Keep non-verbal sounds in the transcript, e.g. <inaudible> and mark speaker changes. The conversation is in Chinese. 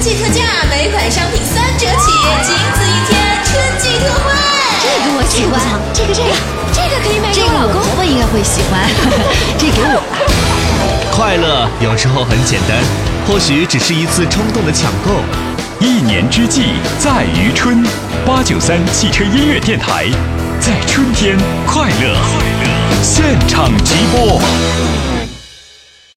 Speaker 1: 季特价，每款商品三折起，仅此一天，春季特惠。
Speaker 2: 这个我喜欢，这个这个
Speaker 1: 这个可以买给
Speaker 2: 这个
Speaker 1: 我
Speaker 2: 我
Speaker 1: 老公。
Speaker 2: 婆婆应该会喜 <laughs> 欢，这给我吧。
Speaker 3: 快乐有时候很简单，或许只是一次冲动的抢购。
Speaker 4: 一年之计在于春，八九三汽车音乐电台，在春天快乐，现场直播。